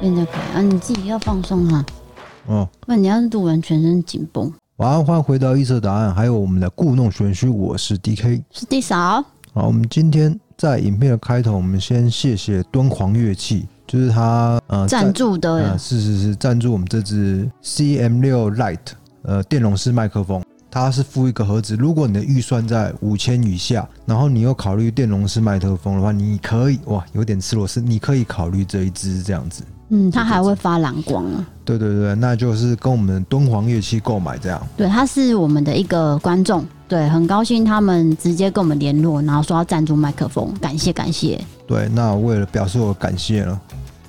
现在可以啊，你自己要放松啊，哦，不然你要是录完全身紧绷。晚安，欢迎回到预测答案，还有我们的故弄玄虚，我是 D K。是第少，好，我们今天在影片的开头，我们先谢谢敦煌乐器，就是他呃赞助呃，的是是是，赞助我们这支 CM 六 Light 呃电容式麦克风，它是附一个盒子。如果你的预算在五千以下，然后你又考虑电容式麦克风的话，你可以哇，有点吃螺丝，你可以考虑这一支这样子。嗯，它还会发蓝光啊。对对对，那就是跟我们敦煌乐器购买这样。对，他是我们的一个观众，对，很高兴他们直接跟我们联络，然后说要赞助麦克风，感谢感谢。对，那为了表示我的感谢呢，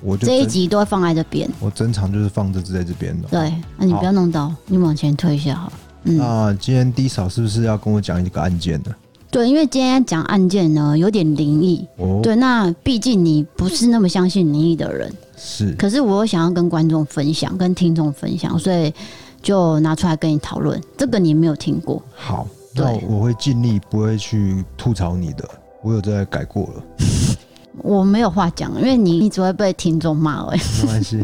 我就这一珍集都会放在这边，我珍藏就是放这支在这边的。对，那、你不要弄到，你往前推一下好了。嗯，那今天 D 嫂是不是要跟我讲一个案件呢？对，因为今天讲案件呢有点灵异，哦，对，那毕竟你不是那么相信灵异的人，是可是我又想要跟观众分享，跟听众分享，所以就拿出来跟你讨论。这个你没有听过，好，对那我会尽力不会去吐槽你的，我有在改过了，我没有话讲，因为你你只会被听众骂而已。没关系。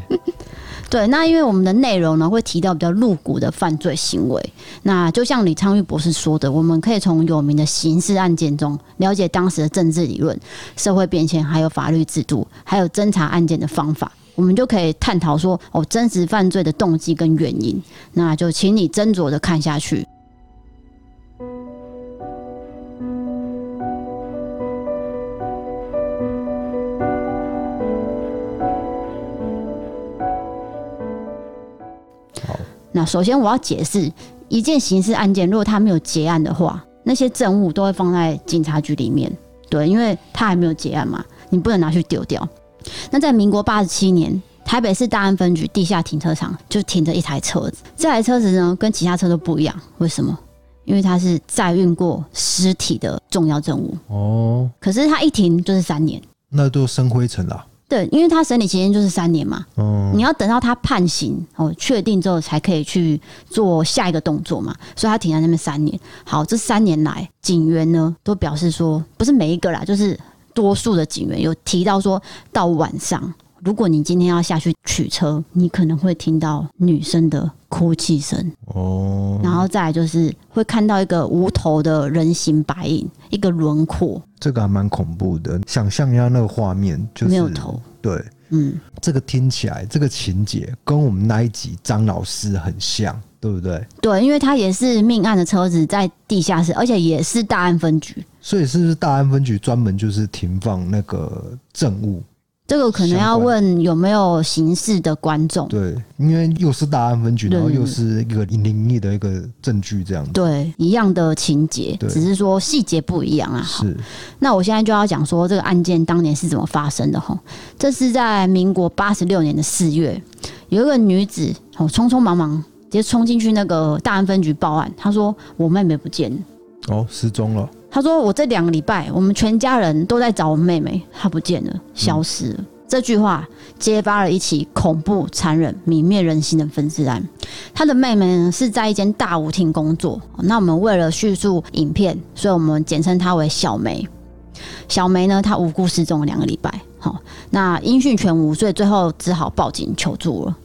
对，那因为我们的内容呢会提到比较露骨的犯罪行为，那就像李昌钰博士说的，我们可以从有名的刑事案件中了解当时的政治理论、社会变迁，还有法律制度，还有侦查案件的方法。我们就可以探讨说，哦，真实犯罪的动机跟原因。那就请你斟酌的看下去。 好，那首先我要解释，一件刑事案件如果他没有结案的话，那些证物都会放在警察局里面，对，因为他还没有结案嘛，你不能拿去丢掉。那在民国八十七年，台北市大安分局地下停车场就停着一台车子，这台车子呢跟其他车都不一样，为什么？因为它是载运过尸体的重要证物，哦，可是它一停就是三年。那都生灰尘啦。对，因为它审理期间就是三年嘛，嗯，你要等到他判刑哦，确定之后才可以去做下一个动作嘛。所以他停在那边三年。好，这三年来，警员呢都表示说，不是每一个啦，就是多数的警员有提到说，到晚上，如果你今天要下去取车，你可能会听到女生的哭泣声，哦，然后再来就是会看到一个无头的人形白影，一个轮廓这个还蛮恐怖的，想象一下那个画面，就是没有头。对，嗯，这个听起来这个情节跟我们那一集张老师很像，对不对？对，因为他也是命案的车子，在地下室，而且也是大案分局。所以是不是大安分局专门就是停放那个证物？这个可能要问有没有刑事的观众。对，因为又是大安分局，对然后对又对是一个灵异的一个证据这样子。对，一样的情节，对只是说细节不一样啊。好，是那我现在就要讲说这个案件当年是怎么发生的吼。这是在民国八十六年的四月，有一个女子哦，匆匆忙忙直接冲进去那个大安分局报案，她说我妹妹不见了。哦，失踪了。她说我这两个礼拜，我们全家人都在找我妹妹，她不见了，消失了。这句话揭发了一起恐怖、残忍、泯灭人性的分尸案。她的妹妹呢是在一间大舞厅工作，那我们为了叙述影片，所以我们简称她为小梅。小梅呢，她无故失踪了两个礼拜，好，那音讯全无，所以最后只好报警求助了。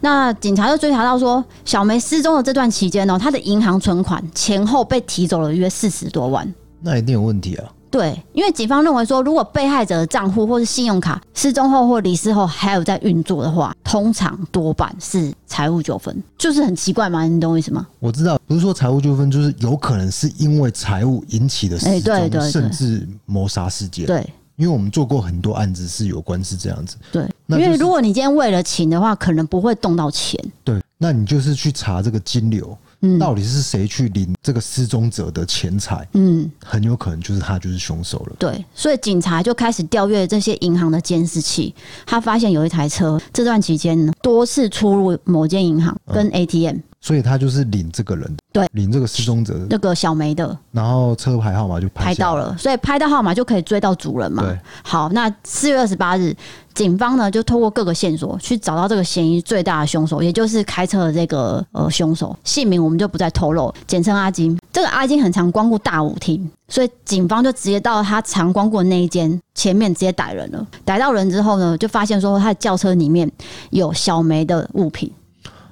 那警察就追查到说，小梅失踪的这段期间呢，她的银行存款前后被提走了约四十多万。那一定有问题啊！对，因为警方认为说，如果被害者的账户或是信用卡失踪后或离世后还有在运作的话，通常多半是财务纠纷，就是很奇怪嘛，你懂我意思吗？我知道，不是说财务纠纷，就是有可能是因为财务引起的失踪，哎对对对甚至谋杀事件。，对因为我们做过很多案子是有关是这样子。对，那因就为是如果你今天为了情的话，可能不会动到钱，对，那你就是去查这个金流，嗯到底是谁去领这个失踪者的钱财，嗯，很有可能就是他就是凶手了。对，所以警察就开始调阅这些银行的监视器，嗯他发现有一台车这段期间呢多次出入某间银行跟 ATM，、所以他就是领这个人的，对，领这个失踪者，那个小梅的然后车牌号码就拍下来到了，所以拍到号码就可以追到主人嘛。对，好，那四月二十八日，警方呢就透过各个线索去找到这个嫌疑最大的凶手，也就是开车的这个呃凶手，姓名我们就不再透露，简称阿金。这个阿金很常光顾大舞厅，所以警方就直接到他常光顾的那一间前面直接逮人了。逮到人之后呢，就发现说他的轿车里面有小梅的物品，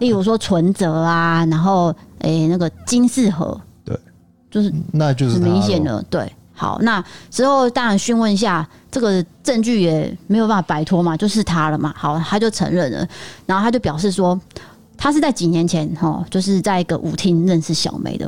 例如说存折啊，然后诶、那个金饰盒，啊对，就是那就是很他明显咯。了。对，好，那之后当然询问一下，这个证据也没有办法摆脱嘛，就是他了嘛。好，他就承认了，然后他就表示说。他是在几年前哈，就是在一个舞厅认识小梅的，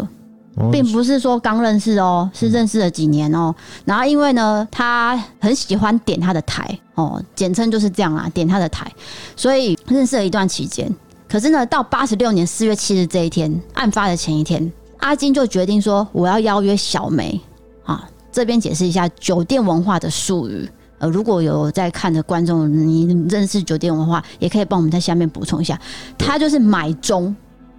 哦并不是说刚认识哦，是认识了几年哦。然后因为呢，他很喜欢点他的台哦，简称就是这样啊，点他的台，所以认识了一段期间。可是呢，到八十六年四月七日这一天，案发的前一天，阿金就决定说，我要邀约小梅啊。这边解释一下酒店文化的术语。呃，如果有在看的观众，你认识酒店文化，也可以帮我们在下面补充一下。它就是买钟，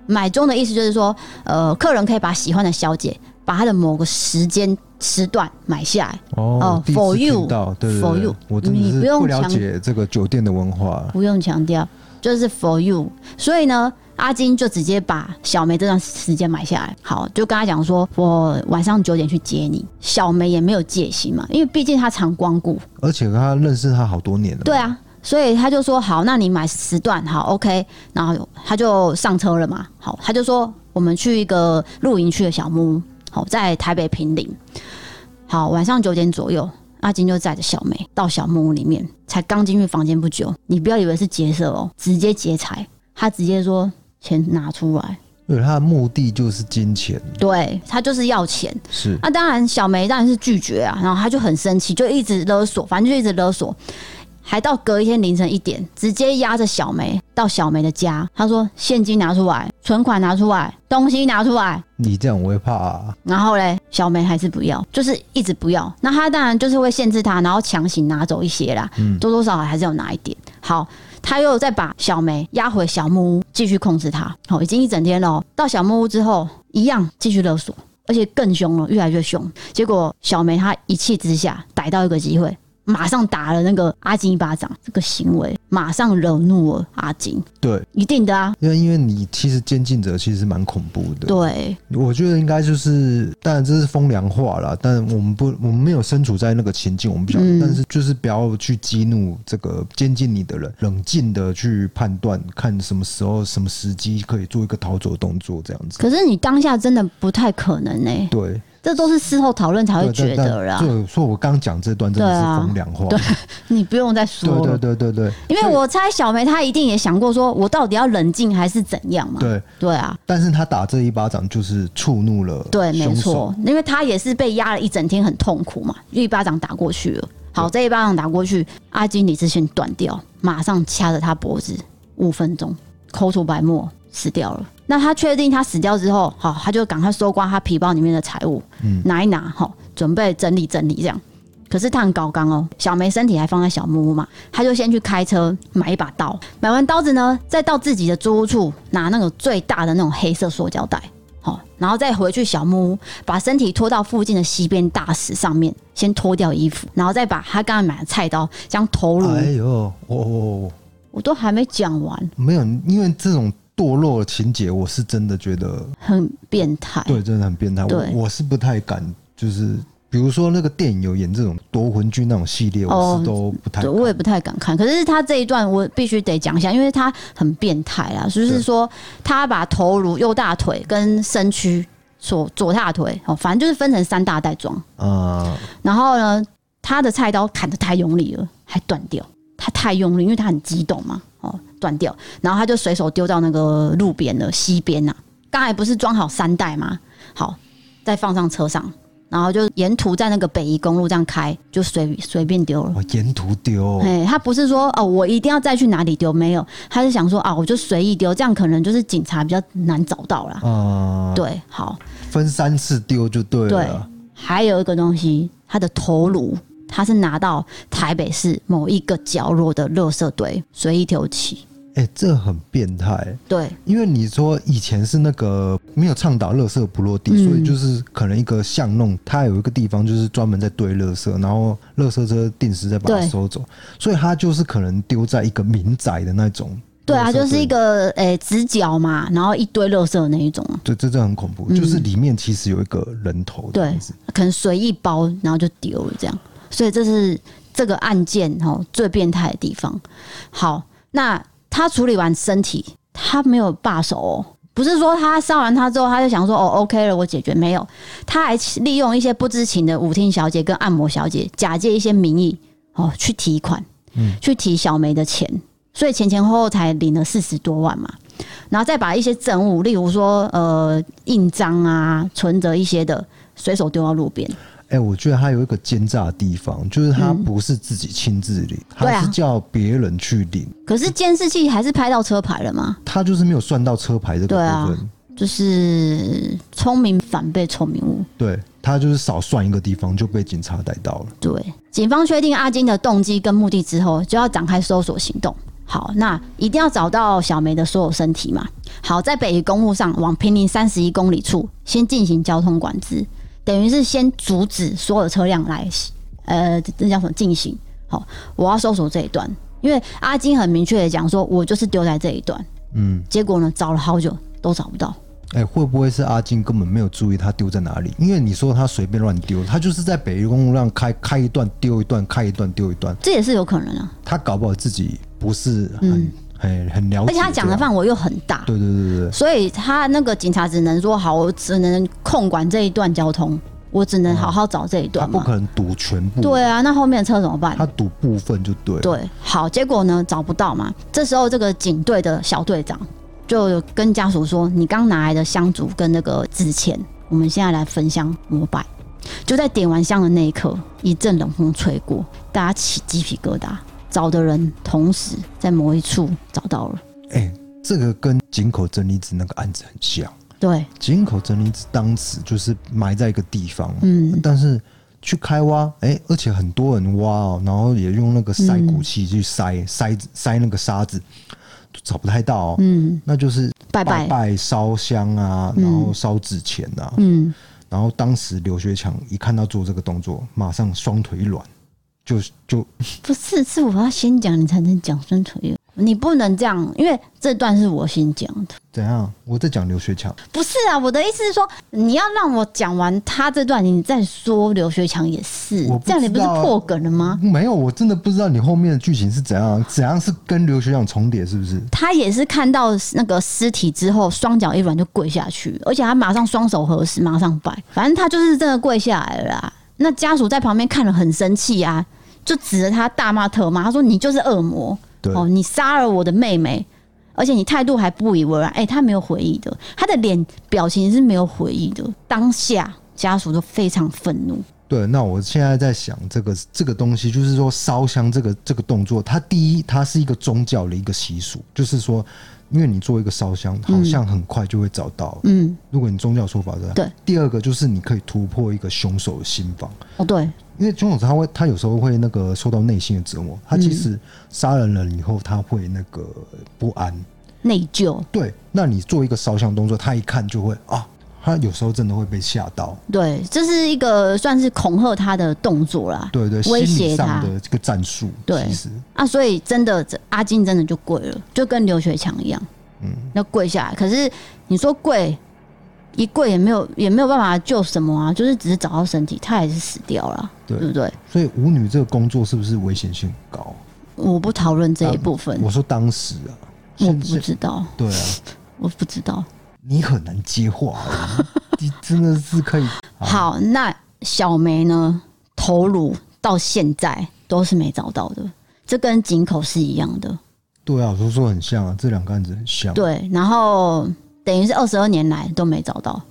买钟的意思就是说，呃，客人可以把喜欢的小姐，把她的某个时间时段买下来，哦哦第一次 for you，听到对对 for 对 you，我真你不的是用不了强解这个酒店的文化了。不用强调，就是 for you。所以呢，阿金就直接把小梅这段时间买下来，好，就跟他讲说，我晚上九点去接你。小梅也没有戒心嘛，因为毕竟她常光顾，而且他认识他好多年了，对，啊，所以他就说好，那你买时段好，OK，然后他就上车了嘛，好，他就说我们去一个露营区的小木屋，好，在台北平林，好，晚上九点左右。阿金就载着小梅到小木屋里面，才刚进去房间不久，你不要以为是劫色哦，直接劫财。他直接说钱拿出来，因为他的目的就是金钱，对他就是要钱。是啊那当然，小梅当然是拒绝啊，然后她就很生气，就一直勒索，反正就一直勒索，还到隔一天凌晨一点，直接压着小梅到小梅的家，她说现金拿出来，存款拿出来，东西拿出来。你这样我会怕啊、然后嘞，小梅还是不要，就是一直不要。那她当然就是会限制她，然后强行拿走一些啦，嗯多多少少还是有拿一点。好，他又再把小梅押回小木屋，继续控制她。好，已经一整天了哦。到小木屋之后，一样继续勒索，而且更凶了，越来越凶。结果小梅她一气之下逮到一个机会，马上打了那个阿金一巴掌。这个行为马上惹怒了阿金，对，一定的啊，因为因为你其实监禁者其实蛮恐怖的，对我觉得应该就是，当然这是风凉话啦，但我们不，我们没有身处在那个情境，我们不晓得。嗯但是就是不要去激怒这个监禁你的人，冷静的去判断，看什么时候、什么时机可以做一个逃走动作，这样子。可是你当下真的不太可能呢、对，这都是事后讨论才会觉得啦。就所以我刚讲这段真的对啊是风凉话。对你不用再说了，对对对对 对因为我猜小梅她一定也想过，说我到底要冷静还是怎样嘛？对，对啊，但是他打这一巴掌就是触怒了对，没凶手错，，因为她也是被压了一整天，很痛苦嘛，一巴掌打过去了。好，这一巴掌打过去，阿金理智线断掉，马上掐着她脖子，五分钟，口吐白沫，死掉了。那他确定他死掉之后，好，他就赶快搜刮他皮包里面的财物，拿一拿，好，准备整理整理这样。可是他很高刚哦，小梅身体还放在小木屋嘛，他就先去开车买一把刀，买完刀子呢，再到自己的租屋处拿那种最大的那种黑色塑胶袋，好，然后再回去小木屋，把身体拖到附近的溪边大石上面，先脱掉衣服，然后再把他刚才买的菜刀这样投入。哎呦，哦哦，哦我都还没讲完，没有，因为这种堕落的情节，我是真的觉得。很变态。对，真的很变态。我对我是不太敢，就是比如说那个电影有演这种夺魂剧那种系列，我哦是都不太对，敢。我也不太敢看。可是他这一段我必须得讲一下，因为他很变态啦，就是说他把头颅、右大腿跟身躯、左左大腿，哦，反正就是分成三大袋装。啊、然后呢，他的菜刀砍得太用力了，还断掉。他太用力，因为他很激动嘛，哦，断掉。然后他就随手丢到那个路边的溪边呐、刚才不是装好三袋吗？好，再放上车上，然后就沿途在那个北宜公路这样开，就随随便丢了。我沿途丢哦、哎、他不是说哦，我一定要再去哪里丢，没有，他是想说啊，我就随意丢，这样可能就是警察比较难找到啦。啊、对，好，分三次丢就对了。还有一个东西，他的头颅，他是拿到台北市某一个角落的垃圾堆随意丢弃。哎、这很变态、对，因为你说以前是那个没有倡导垃圾不落地，嗯所以就是可能一个巷弄，它有一个地方就是专门在堆垃圾，然后垃圾车定时再把它对收走，所以它就是可能丢在一个民宅的那种。对啊，就是一个。个诶直角嘛，然后一堆垃圾的那一种，啊对，这真的很恐怖，嗯就是里面其实有一个人头这对样子。可能随意包，然后就丢了这样。所以这是这个案件哦最变态的地方。好，那他处理完身体，他没有罢手哦。不是说他杀完他之后，他就想说哦，OK 了，我解决没有，他还利用一些不知情的舞厅小姐跟按摩小姐，假借一些名义哦去提款，嗯去提小梅的钱，所以前前后后才领了四十多万嘛，然后再把一些证物，例如说呃印章啊、存折一些的，随手丢到路边。哎、我觉得他有一个奸诈的地方，就是他嗯不是自己亲自领，对他啊是叫别人去领，可是监视器还是拍到车牌了嘛？他就是没有算到车牌这个对啊部分。就是聪明反被聪明误。对,、他就是少算一个地方就被警察逮到了。对，警方确定阿金的动机跟目的之后，就要展开搜索行动。好，那一定要找到小梅的所有身体嘛。好，在北宜公路上往平林三十一公里处，先进行交通管制，等于是先阻止所有车辆来，呃，这叫什么进行？好，我要搜索这一段，因为阿金很明确的讲说，我就是丢在这一段。嗯，结果呢，找了好久都找不到。哎、会不会是阿金根本没有注意他丢在哪里？因为你说他随便乱丢，他就是在北宜公路上开开一段丢一段，开一段丢一段，这也是有可能啊。他搞不好自己不是很、很很了解嗯而这且样。他讲的范围又很大，对对对对对，所以他那个警察只能说好，我只能控管这一段交通，我只能好好找这一嗯他段不嘛。可能赌全部，对啊，那后面的车怎么办？他赌部分就对了。对，好，结果呢找不到嘛。这时候这个警队的小队长就有跟家属说：“你刚拿来的香烛跟那个纸钱，我们现在来焚香膜拜。”就在点完香的那一刻，一阵冷风吹过，大家起鸡皮疙瘩。找的人同时在某一处找到了，哎、这个跟井口真理子那个案子很像。对，井口真理子当时就是埋在一个地方，嗯，但是去开挖，哎、而且很多人挖哦，然后也用那个筛骨器去嗯筛筛、筛那个沙子，都找不太到哦。嗯，那就是拜拜拜，拜烧香啊，嗯然后烧纸钱啊，嗯，然后当时刘学强一看到做这个动作，马上双腿一软，就就不是，是我要先讲，你才能讲孙楚月，你不能这样，因为这段是我先讲的。怎样？我在讲刘学强，不是啊，我的意思是说，你要让我讲完他这段，你再说刘学强也是我不，这样你不知是道啊破梗了吗？没有，我真的不知道你后面的剧情是怎样，怎样是跟刘学长重叠，是不是？他也是看到那个尸体之后，双脚一软就跪下去，而且他马上双手合十，马上拜，反正他就是真的跪下来了啦。那家属在旁边看了很生气啊，就指着他大骂特骂，他说：“你就是恶魔。”对，哦，你杀了我的妹妹，而且你态度还不以为然。哎、他没有回忆的，他的脸表情是没有回忆的。当下家属都非常愤怒，对。那我现在在想，这个这个东西，就是说烧香这个这个动作，它第一，它是一个宗教的一个习俗，就是说，因为你做一个烧香，好像很快就会找到。嗯，如果你宗教说法的，对。第二个就是你可以突破一个凶手的心防。哦对，因为凶手他会，他有时候会那个受到内心的折磨。他其实杀了人以后，他会那个不安，内疚，对，那你做一个烧香动作，他一看就会啊，他有时候真的会被吓到，对，这是一个算是恐吓他的动作啦。对对，威心理胁上他的这个战术，对其实啊，所以真的这阿金真的就跪了，就跟刘学强一样，嗯嗯，那跪下来。可是你说跪。一跪也没有，也没有办法救什么啊，就是只是找到身体，他也是死掉了，啊对对不对？所以舞女这个工作是不是危险性很高？我不讨论这一部分，我说当时啊，嗯我现不在知道，对啊，我不知道。你很难接话啊，你 真的是可以好，那小梅呢？头颅到现在都是没找到的，这跟井口是一样的。对啊，我说说很像啊，这两个案子很像，对，然后等于是二十二年来都没找到，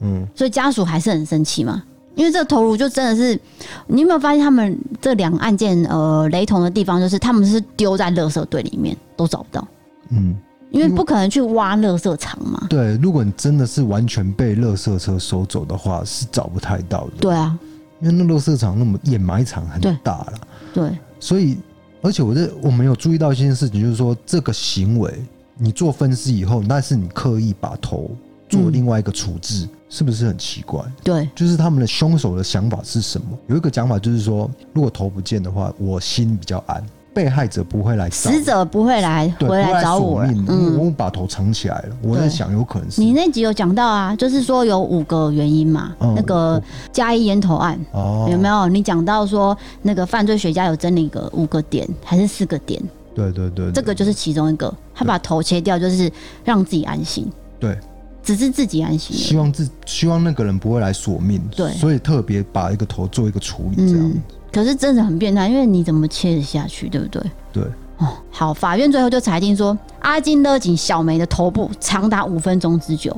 嗯，所以家属还是很生气嘛。因为这个头颅就真的是，你有没有发现他们这两个案件呃雷同的地方，就是他们是丢在垃圾堆里面都找不到，嗯。因为不可能去挖垃圾场嘛。对，如果你真的是完全被垃圾车收走的话，是找不太到的。，对啊，因为那垃圾场那么掩埋场很对大了，对，所以而且我这我们有注意到一件事情，就是说这个行为你做分尸以后，那是你刻意把头做嗯另外一个处置，是不是很奇怪？对，就是他们的凶手的想法是什么？有一个讲法就是说，如果头不见的话，我心比较安，被害者不会来找死者不会来对，回不来会找索我了命，。因为嗯，我把头藏起来了。我在对想，有可能是你那集有讲到啊，就是说有五个原因嘛，嗯那个加一烟头案。哦，有没有？你讲到说那个犯罪学家有整理个五个点还是四个点，对对对，对这个就是其中一个。他把头切掉，就是让自己安心，对，只是自己安心而已。希望自希望那个人不会来索命，对所以特别把一个头做一个处理，这样、嗯可是真的很变态，因为你怎么切得下去，对不对？对。哦，好，法院最后就裁定说，阿金勒紧小梅的头部长达五分钟之久，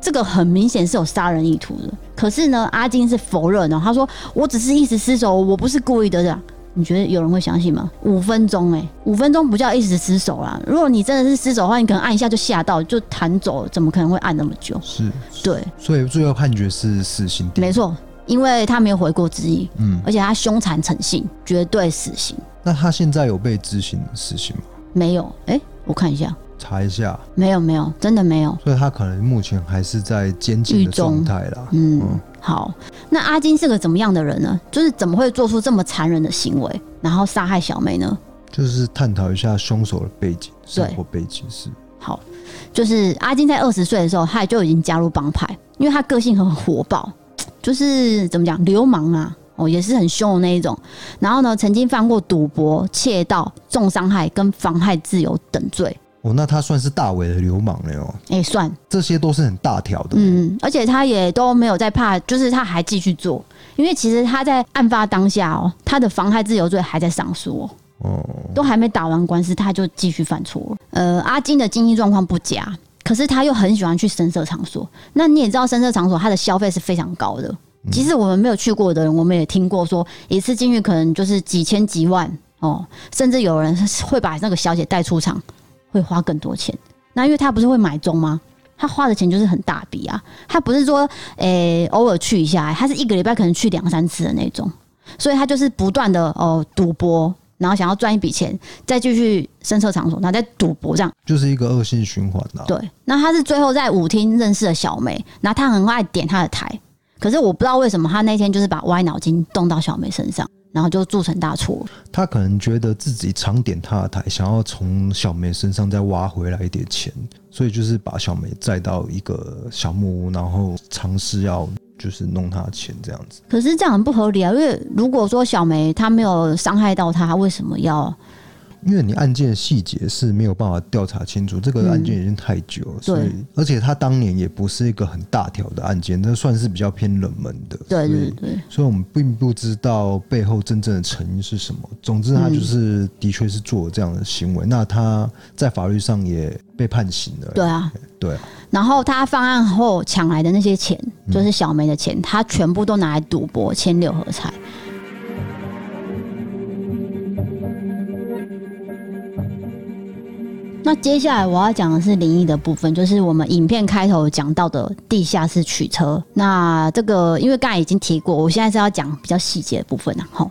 这个很明显是有杀人意图的。可是呢，阿金是否认哦的，他说我只是一时失手，我不是故意的这样。你觉得有人会相信吗？五分钟哎、五分钟不叫一时失手啦。如果你真的是失手的话，你可能按一下就吓到，就弹走了，怎么可能会按那么久？是，对，所以最后判决是死刑，没，错，因为他没有悔过之意，嗯，而且他凶残成性，绝对死刑。那他现在有被执行死刑吗？没有，哎、我看一下，查一下，没有，没有，真的没有。所以他可能目前还是在监禁狱的中状态啦。嗯，嗯好。那阿金是个怎么样的人呢？就是怎么会做出这么残忍的行为，然后杀害小梅呢？就是探讨一下凶手的背景、生对活背景是，好，就是阿金在二十岁的时候，他也就已经加入帮派，因为他个性很火爆，就是怎么讲，流氓啊，哦，也是很凶的那一种。然后呢，曾经犯过赌博、窃盗、重伤害跟妨害自由等罪。哦，那他算是大尾的流氓了哦，哎、算这些都是很大条的，嗯，而且他也都没有在怕，就是他还继续做，因为其实他在案发当下哦，他的妨害自由罪还在上诉哦，哦，都还没打完官司，他就继续犯错了。呃，阿金的经济状况不佳，可是他又很喜欢去深色场所。那你也知道，深色场所它的消费是非常高的。其实我们没有去过的人，我们也听过说，一次进去可能就是几千几万哦，甚至有人会把那个小姐带出场，会花更多钱。那因为他不是会买钟吗？他花的钱就是很大笔啊，他不是说诶、偶尔去一下，他是一个礼拜可能去两三次的那种，所以他就是不断的哦赌博，然后想要赚一笔钱，再继续深色场所，然后再赌博这样。就是一个恶性循环啦。对，那他是最后在舞厅认识了小梅，然后他很爱点她的台，可是我不知道为什么他那天就是把歪脑筋动到小梅身上，然后就铸成大错了。他可能觉得自己常点他的台，想要从小梅身上再挖回来一点钱，所以就是把小梅载到一个小木屋，然后尝试要就是弄她的钱这样子。可是这样很不合理啊，因为如果说小梅她没有伤害到他，为什么要因为你案件细节是没有办法调查清楚，嗯这个案件已经太久了，所以而且他当年也不是一个很大条的案件，那算是比较偏冷门的。对嗯所对以对，所以我们并不知道背后真正的成因是什么。总之，嗯他就是的确是做了这样的行为，那他在法律上也被判刑了。对啊，对啊，然后他犯案后抢来的那些钱，就是小梅的钱，他全部都拿来赌博、签六合彩。那接下来我要讲的是灵异的部分，就是我们影片开头讲到的地下室取车。那这个因为刚才已经提过，我现在是要讲比较细节的部分啊。吼，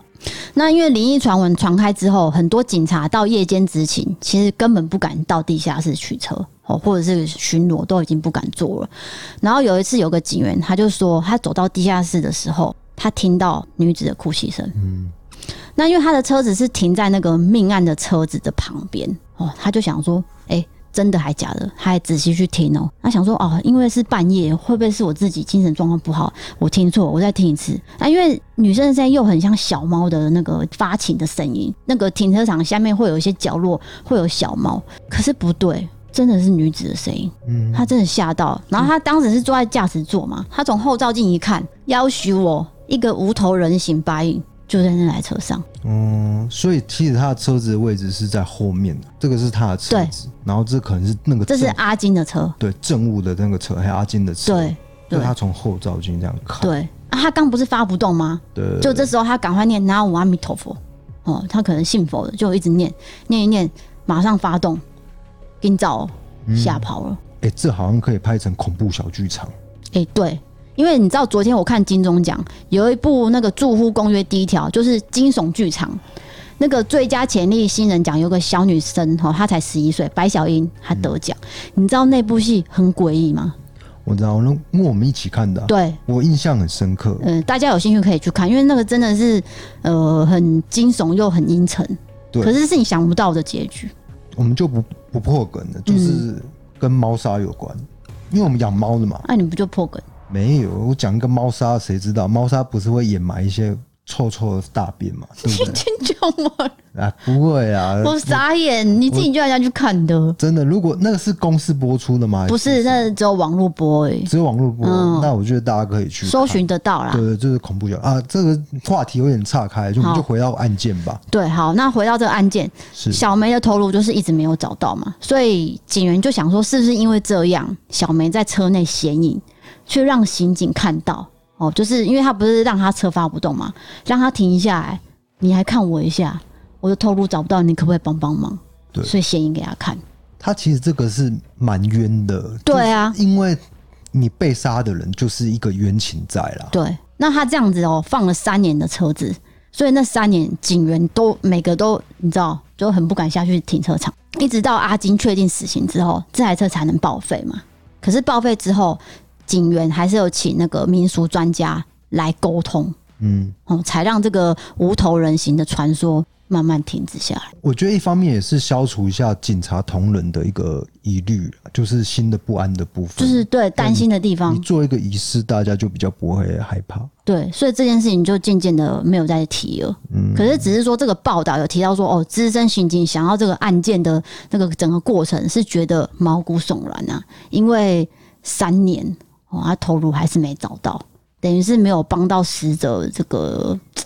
那因为灵异传闻传开之后，很多警察到夜间执勤，其实根本不敢到地下室取车哦，或者是巡逻都已经不敢做了。然后有一次有个警员，他就说他走到地下室的时候，他听到女子的哭泣声。嗯，那因为他的车子是停在那个命案的车子的旁边哦，他就想说，哎、真的还假的？他还仔细去听哦。他想说，哦，因为是半夜，会不会是我自己精神状况不好？我听错，我再听一次。那、因为女生的声音又很像小猫的那个发情的声音，那个停车场下面会有一些角落会有小猫，可是不对，真的是女子的声音。嗯，他真的吓到，然后他当时是坐在驾驶座嘛，他从后照镜一看，要许我一个无头人形白影就在那台车上。嗯，所以其实他的车子的位置是在后面的，这个是他的车子，然后这可能是那个这是正阿金的车，对正务的那个车，还有阿金的车，对所以他对从后照镜这样看，对。啊，他刚不是发不动吗？对，就这时候他赶快念“南无阿弥陀佛”，哦，他可能信佛了，就一直念念一念，马上发动，跟照吓跑了。哎、这好像可以拍成恐怖小剧场，哎、对，因为你知道昨天我看金钟奖有一部那个《住户公约》第一条，就是惊悚剧场，那个最佳潜力新人奖有个小女生哦，她才十一岁，白小英她得奖。嗯你知道那部戏很诡异吗？我知道，那因为我们一起看的啊、对，我印象很深刻。嗯、大家有兴趣可以去看，因为那个真的是呃很惊悚又很阴沉，对可是是你想不到的结局。我们就不不破梗了，嗯就是跟猫砂有关，因为我们养猫的嘛。啊那、你不就破梗？没有，我讲一个猫砂，谁知道猫砂不是会掩埋一些臭臭的大便 嘛？对不对？听就我啊，不会啊，我傻眼，你自己叫人家去看的，真的。如果那个是公司播出的吗？不是，那只有网络播而已，只有网络播，嗯那我觉得大家可以去搜看。寻得到啦。对，就是恐怖小啊，这个话题有点岔开，就我们好就回到案件吧。对，好，那回到这个案件，是小梅的头颅就是一直没有找到嘛，所以警员就想说，是不是因为这样，小梅在车内显影，却让刑警看到？哦，就是因为他不是让他车发不动嘛，让他停下来，你还看我一下，我的头颅找不到，你可不可以帮帮忙？对所以显影给他看。他其实这个是蛮冤的，对啊就是因为你被杀的人就是一个冤情在啦。对，那他这样子哦，放了三年的车子，所以那三年警员都每个都你知道，就很不敢下去停车场，一直到阿金确定死刑之后，这台车才能报废嘛。可是报废之后，警员还是有请那个民俗专家来沟通，嗯，哦，才让这个无头人形的传说慢慢停止下来。我觉得一方面也是消除一下警察同仁的一个疑虑，就是新的不安的部分。就是啊对担心的地你方，做一个仪式，大家就比较不会害怕。对，所以这件事情就渐渐的没有再提了。嗯，可是只是说这个报道有提到说，哦，资深刑警想要这个案件的那个整个过程是觉得毛骨悚然啊，因为三年哦，他头颅还是没找到，等于是没有帮到死者这个嘖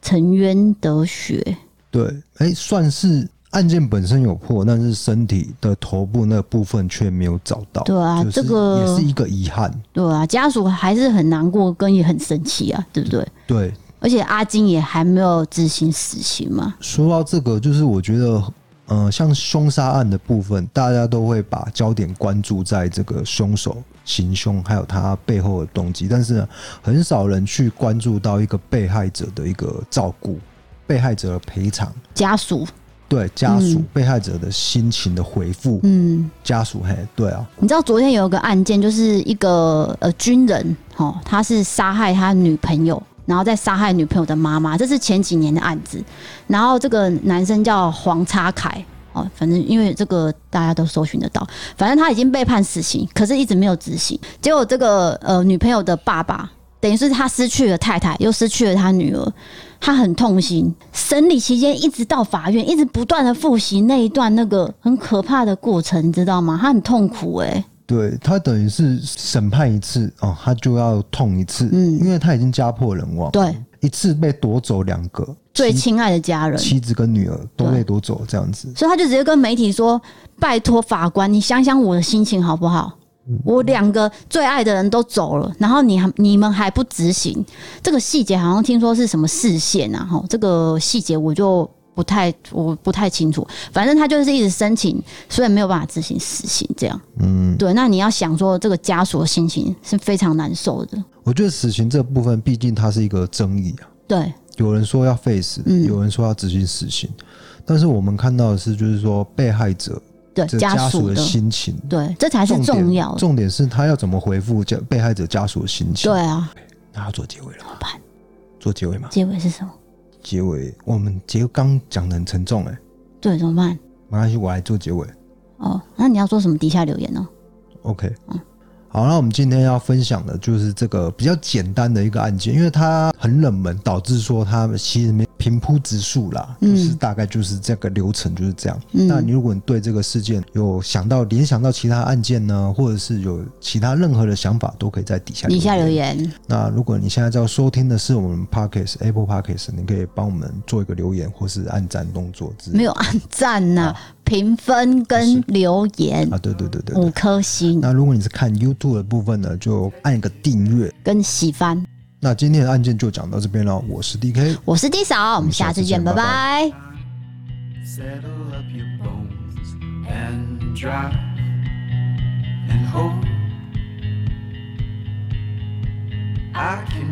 沉冤得雪。对，哎、算是案件本身有破，但是身体的头部那部分却没有找到。对啊就是这个也是一个遗憾。对啊，家属还是很难过，跟也很生气啊，对不对？对，而且阿金也还没有执行死刑嘛，说到这个，就是我觉得，呃，像凶杀案的部分，大家都会把焦点关注在这个凶手、行凶，还有他背后的动机，但是呢，很少人去关注到一个被害者的一个照顾、被害者的赔偿，家属，对家属、嗯被害者的心情的回复，嗯，家属嘿，对啊，你知道昨天有一个案件，就是一个呃军人哦，他是杀害他女朋友，然后再杀害女朋友的妈妈，这是前几年的案子。然后这个男生叫黄叉凯哦，反正因为这个大家都搜寻得到，反正他已经被判死刑，可是一直没有执行。结果这个呃女朋友的爸爸，等于是他失去了太太，又失去了他女儿。他很痛心，审理期间一直到法院，一直不断的复习那一段那个很可怕的过程，你知道吗？他很痛苦哎、对他等于是审判一次哦，他就要痛一次，嗯因为他已经家破人亡，对，一次被夺走两个，最妻亲爱的家人，妻子跟女儿都对被夺走，这样子。所以他就直接跟媒体说：“拜托法官，你想想我的心情好不好？嗯我两个最爱的人都走了，然后你还你们还不执行，这个细节好像听说是什么视线啊？哈，这个细节我就不太我不太清楚。反正他就是一直申请，所以没有办法执行死刑。这样，嗯，对。那你要想说，这个家属的心情是非常难受的，我觉得死刑这部分，毕竟它是一个争议啊。对，有人说要废死，嗯有人说要执行死刑，但是我们看到的是，就是说被害者对，这家属属的的，心情，对，这才是重重点要的。重点是他要怎么回复家被害者家属的心情。对，啊，那要做结尾了吗么办？做结尾嘛？结尾是什么？结尾我们结刚讲的很沉重哎、欸，对，怎么办？没关系，我来做结尾。哦，那你要说什么？底下留言哦。 OK，嗯好，那我们今天要分享的就是这个比较简单的一个案件，因为它很冷门，导致说它其实没平铺直述啦，嗯就是大概就是这个流程就是这样。嗯那你如果你对这个事件有想到联想到其他案件呢，或者是有其他任何的想法，都可以在底下底下留。言，那如果你现在在收听的是我们 Podcast Apple Podcast，你可以帮我们做一个留言或是按赞动作之类的。没有按赞呐、评分跟留言啊？对对对对五对。颗星那如果你是看 YouTube 的部分呢，就按一个订阅。跟喜欢。那今天的案件就讲到这边了，我是 DK，我是 D 嫂，我们们下下次次见，见拜拜拜 Settle up your bones and dry and hold. I can